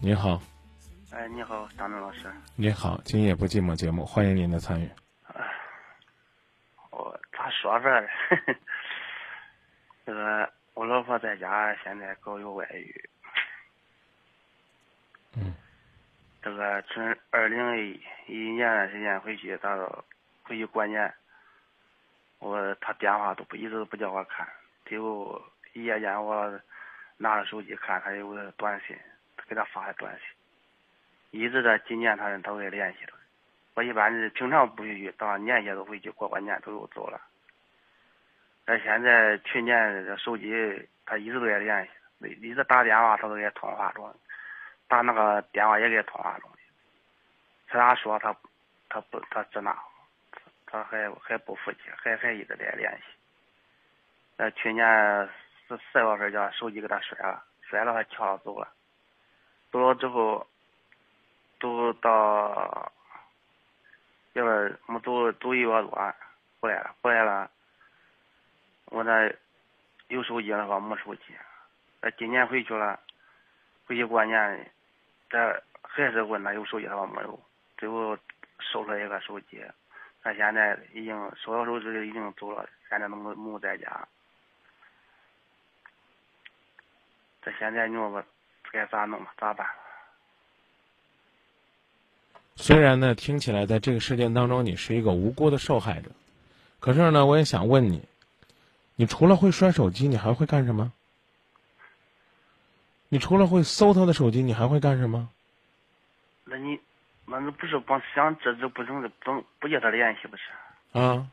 您好，哎，你好，达明老师。您好，《今夜不寂寞》节目，欢迎您的参与。我咋说法儿？ 这个我老婆在家现在搞有外遇。嗯。这个从二零一一年的时间回去，到回去过年，我她电话都不一直都不叫我看，最后一夜间我拿着手机看，她有个短信，给她发的短信，一直在今年她是头给联系的。我一般是平常不回去，到年节都回去过完年都又走了。但现在去年这手机他一直都在联系，一直打电话他都给通话中，打那个电话也给通话中。他咋说他他不他这那，他还还不服气，还还一直在联系。那去年四四月份叫手机给他摔了，摔了还敲了走了，走了之后，都到。这边没走走一个多，回来了，回来了。我那有手机了吧？没手机。那今年回去了，回去过年，这还是问他有手机了吧？没有。最后收了一个手机，他现在已经收到手机已经走了，现在没没在家。这现在你说我该咋弄吧？咋办？虽然呢，听起来在这个事件当中你是一个无辜的受害者，可是呢，我也想问你，你除了会摔手机，你还会干什么？你除了会搜他的手机，你还会干什么？那你，那你不是光想这就不能不能不叫他联系不是？啊？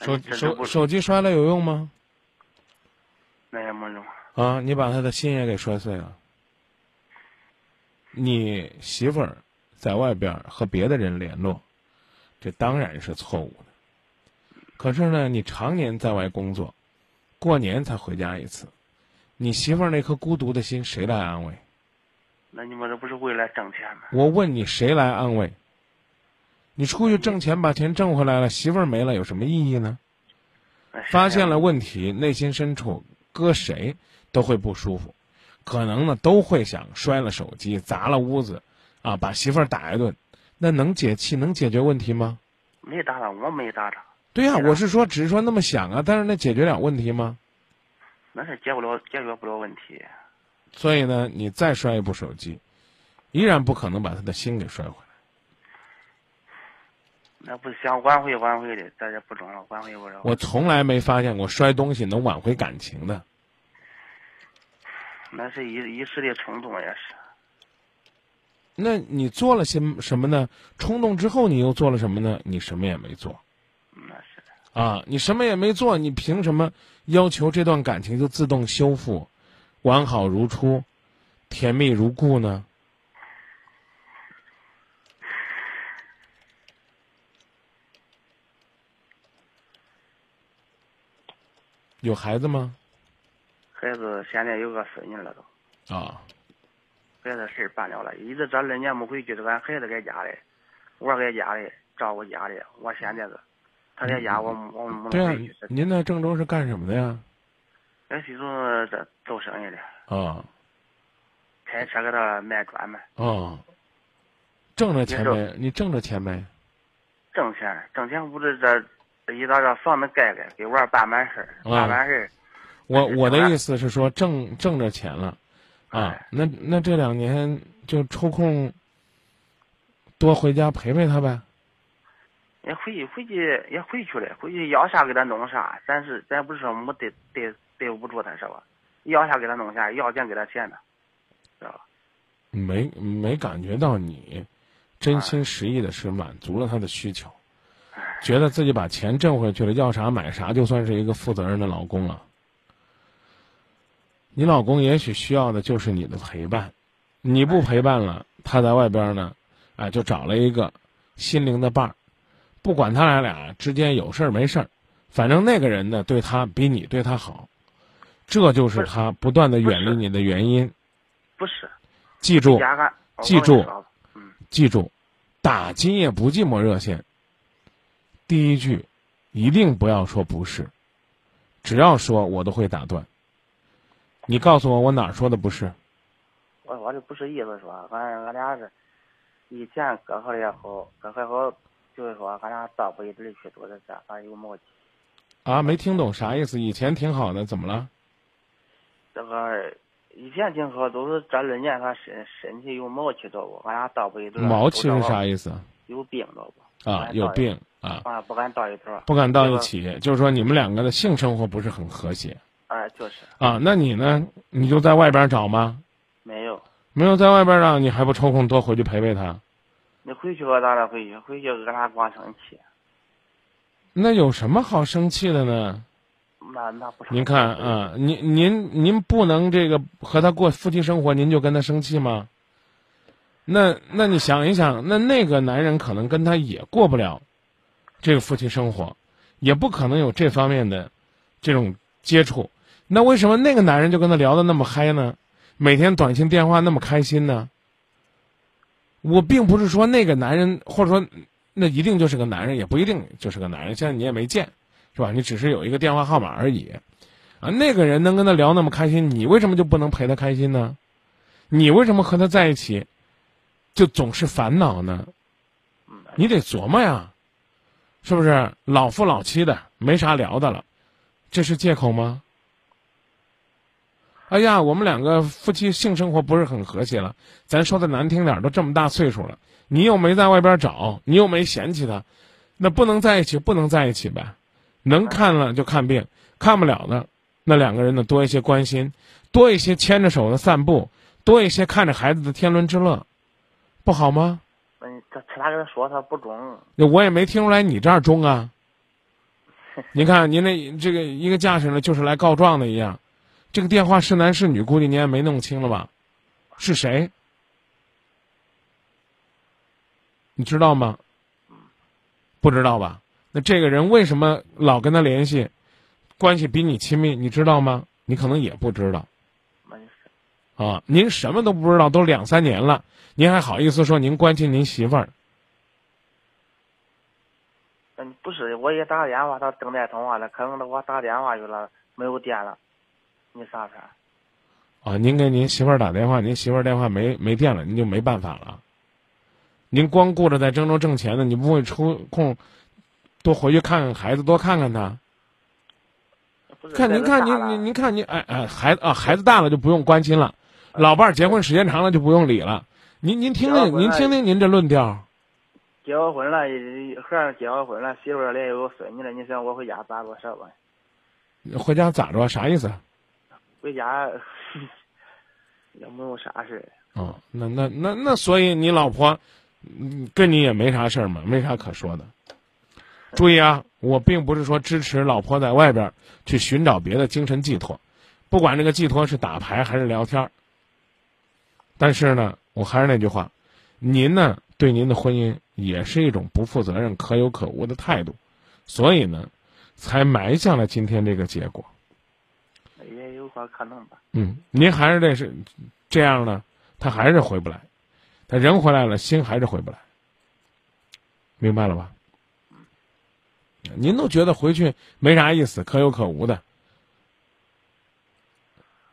手这就手不手机摔了有用吗？那也没用。啊，你把他的心也给摔碎了。你媳妇儿在外边儿和别的人联络，这当然是错误的。可是呢，你常年在外工作，过年才回家一次，你媳妇儿那颗孤独的心谁来安慰？那你们这不是为了挣钱吗？我问你，谁来安慰？你出去挣钱，把钱挣回来了，媳妇儿没了，有什么意义呢？那啊谁发现呀了问题，内心深处搁谁都会不舒服，可能呢都会想摔了手机、砸了屋子，啊，把媳妇儿打一顿，那能解气、能解决问题吗？没打他，我没打他，对呀、是啊我是说，只是说那么想啊，但是那解决了问题吗？那是解不了、解决不了问题。所以呢，你再摔一部手机，依然不可能把他的心给摔回来。那不是想挽回挽回的，这也不中了，挽回不了。我从来没发现过摔东西能挽回感情的。那是一一时的冲动，也是。那你做了些什么呢？冲动之后你又做了什么呢？你什么也没做。那是啊，你什么也没做，你凭什么要求这段感情就自动修复，完好如初，甜蜜如故呢？有孩子吗？孩子现在有个孙女了都，啊，孩子事儿办了了，一直这二年没回去，这俺孩子在家里，我在家里照顾家里，我现在是，他在家我我没对能啊回去，，您在郑州是干什么的呀？俺媳妇儿这做生意的，啊开车给他卖砖卖，啊，挣着钱您没？你挣着钱没？挣钱挣钱不是这这一到这房子盖盖，给娃儿办完事儿，嗯办完事儿。我是我挣的了意思是说挣挣着钱了，啊哎，那那这两年就抽空多回家陪陪他呗。也回去回去也回去了，回去要啥给他弄啥，咱是咱不是说没对对对不住他是吧？要啥给他弄啥，要钱给他钱的，知道吧？没没感觉到你真哎心实意的是满足了他的需求，觉得自己把钱挣回去了，要啥买啥，就算是一个负责任的老公了。你老公也许需要的就是你的陪伴，你哎不陪伴了，他在外边呢，啊，就找了一个心灵的伴儿，不管他俩俩之间有事儿没事儿，反正那个人呢对他比你对他好，这就是不是他不断的不远离是你的原因。不是，记住，压根记住，我跟你说记住，打今夜不寂寞热线，第一句一定不要说不是，只要说我都会打断。你告诉我我哪儿说的不是？嗯，我我这不是意思说，反正俺俩是以前隔阂的也好，隔阂好，就是说俺俩到不一堆去都是这，反正有矛盾。啊，没听懂啥意思？以前挺好的，怎么了？这个以前挺好，都是这二年他身身体有毛气着不，俺俩到不一堆。毛气是都到啥意思？有病着不？啊，有病啊，啊，不敢到一头儿。不敢到一起，就是说你们两个的性生活不是很和谐哎，就是啊。那你呢？你就在外边找吗？没有。没有在外边找，你还不抽空多回去陪陪他？你回去吧，咱俩回去，回去俺俩光生气。那有什么好生气的呢？那那不成您看啊，您您您不能这个和他过夫妻生活，您就跟他生气吗？那那你想一想，那那个男人可能跟他也过不了这个夫妻生活，也不可能有这方面的这种接触。那为什么那个男人就跟他聊的那么嗨呢？每天短信电话那么开心呢？我并不是说那个男人，或者说那一定就是个男人，也不一定就是个男人。现在你也没见，是吧？你只是有一个电话号码而已，啊，那个人能跟他聊那么开心，你为什么就不能陪他开心呢？你为什么和他在一起就总是烦恼呢？嗯你得琢磨呀，是不是？老夫老妻的，没啥聊的了，这是借口吗？哎呀，我们两个夫妻性生活不是很和谐了。咱说的难听点儿，都这么大岁数了，你又没在外边找，你又没嫌弃他，那不能在一起，不能在一起呗。能看了就看病，看不了的，那两个人呢多一些关心，多一些牵着手的散步，多一些看着孩子的天伦之乐，不好吗？嗯，他他俩跟他说他不中，那我也没听出来你这儿中啊。 您看，您那这个一个驾驶呢，就是来告状的一样。这个电话是男是女，估计您也没弄清了吧？是谁？你知道吗？不知道吧？那这个人为什么老跟他联系，关系比你亲密？你知道吗？你可能也不知道没事。啊。您什么都不知道，都两三年了，您还好意思说您关心您媳妇儿？嗯，不是，我也打电话，他等待通话了，可能他给我打电话去了，没有电了，你啥事儿？啊，您给您媳妇儿打电话，您媳妇儿电话没没电了，您就没办法了。您光顾着在郑州挣钱呢，你不会抽空多回去看看孩子，多看看他。不是看您看您您您看您哎哎，孩子啊，孩子大了就不用关心了，老伴儿结婚时间长了就不用理了。您您听结听婚您了听听您这论调，结过婚了，和尚结过婚了，媳妇儿也有孙女了，你想我回家咋做事吧？回家咋着啊？啥意思？回家也没有啥事儿，哦，那那那那，所以你老婆，嗯，跟你也没啥事儿嘛，没啥可说的。注意啊，我并不是说支持老婆在外边儿去寻找别的精神寄托，不管这个寄托是打牌还是聊天儿。但是呢，我还是那句话，您呢对您的婚姻也是一种不负责任、可有可无的态度，所以呢，才埋下了今天这个结果。也有个可能吧。嗯，您还是这是这样呢，他还是回不来，他人回来了，心还是回不来，明白了吧？您都觉得回去没啥意思，可有可无的，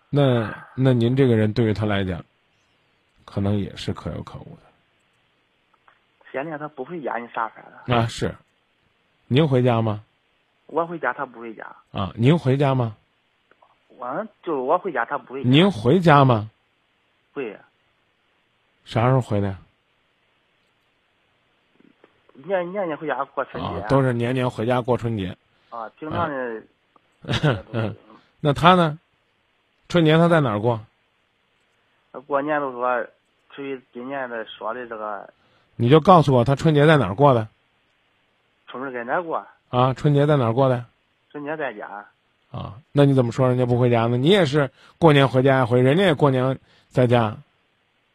那那您这个人对于他来讲，可能也是可有可无现在他不回家，你啥法儿了？的啊。是，您回家吗？我回家，他不回家。啊，您回家吗？我就是我回家，他不回啊家。您回家吗？回，啥时候回的啊呀？年年年回家过春节啊，都是年年回家过春节。啊，平 常的，嗯那他呢？春节他在哪儿过？过年都说，至于今年的说的这个你就告诉我他春节在哪儿过的春儿跟哪过，啊？春节在哪儿过的春节在家，啊？那你怎么说人家不回家呢？你也是过年回家一回，人家也过年在家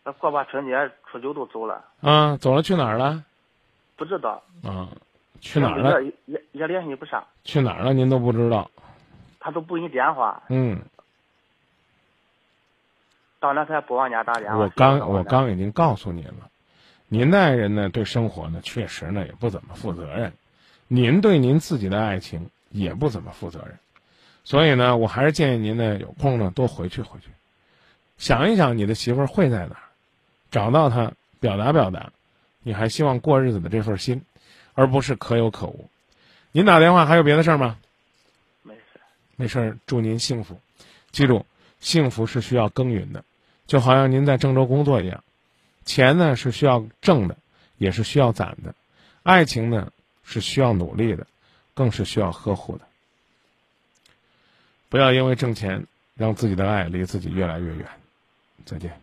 那过把春节初九都走了，啊？走了去哪儿了不知道啊？去哪儿了？？也也也联系不上，去哪儿了？您都不知道？他都不给你电话，嗯，到那他也不往家打嗯电话。我刚我刚已经告诉您了，您那爱人呢对生活呢确实呢也不怎么负责任，您对您自己的爱情也不怎么负责任，所以呢，我还是建议您呢有空呢多回去回去，想一想你的媳妇儿会在哪儿，找到她，表达表达，你还希望过日子的这份心，而不是可有可无。您打电话还有别的事儿吗？没事。没事儿，祝您幸福。记住，幸福是需要耕耘的，就好像您在郑州工作一样，钱呢是需要挣的，也是需要攒的，爱情呢是需要努力的，更是需要呵护的。不要因为挣钱让自己的爱离自己越来越远。再见。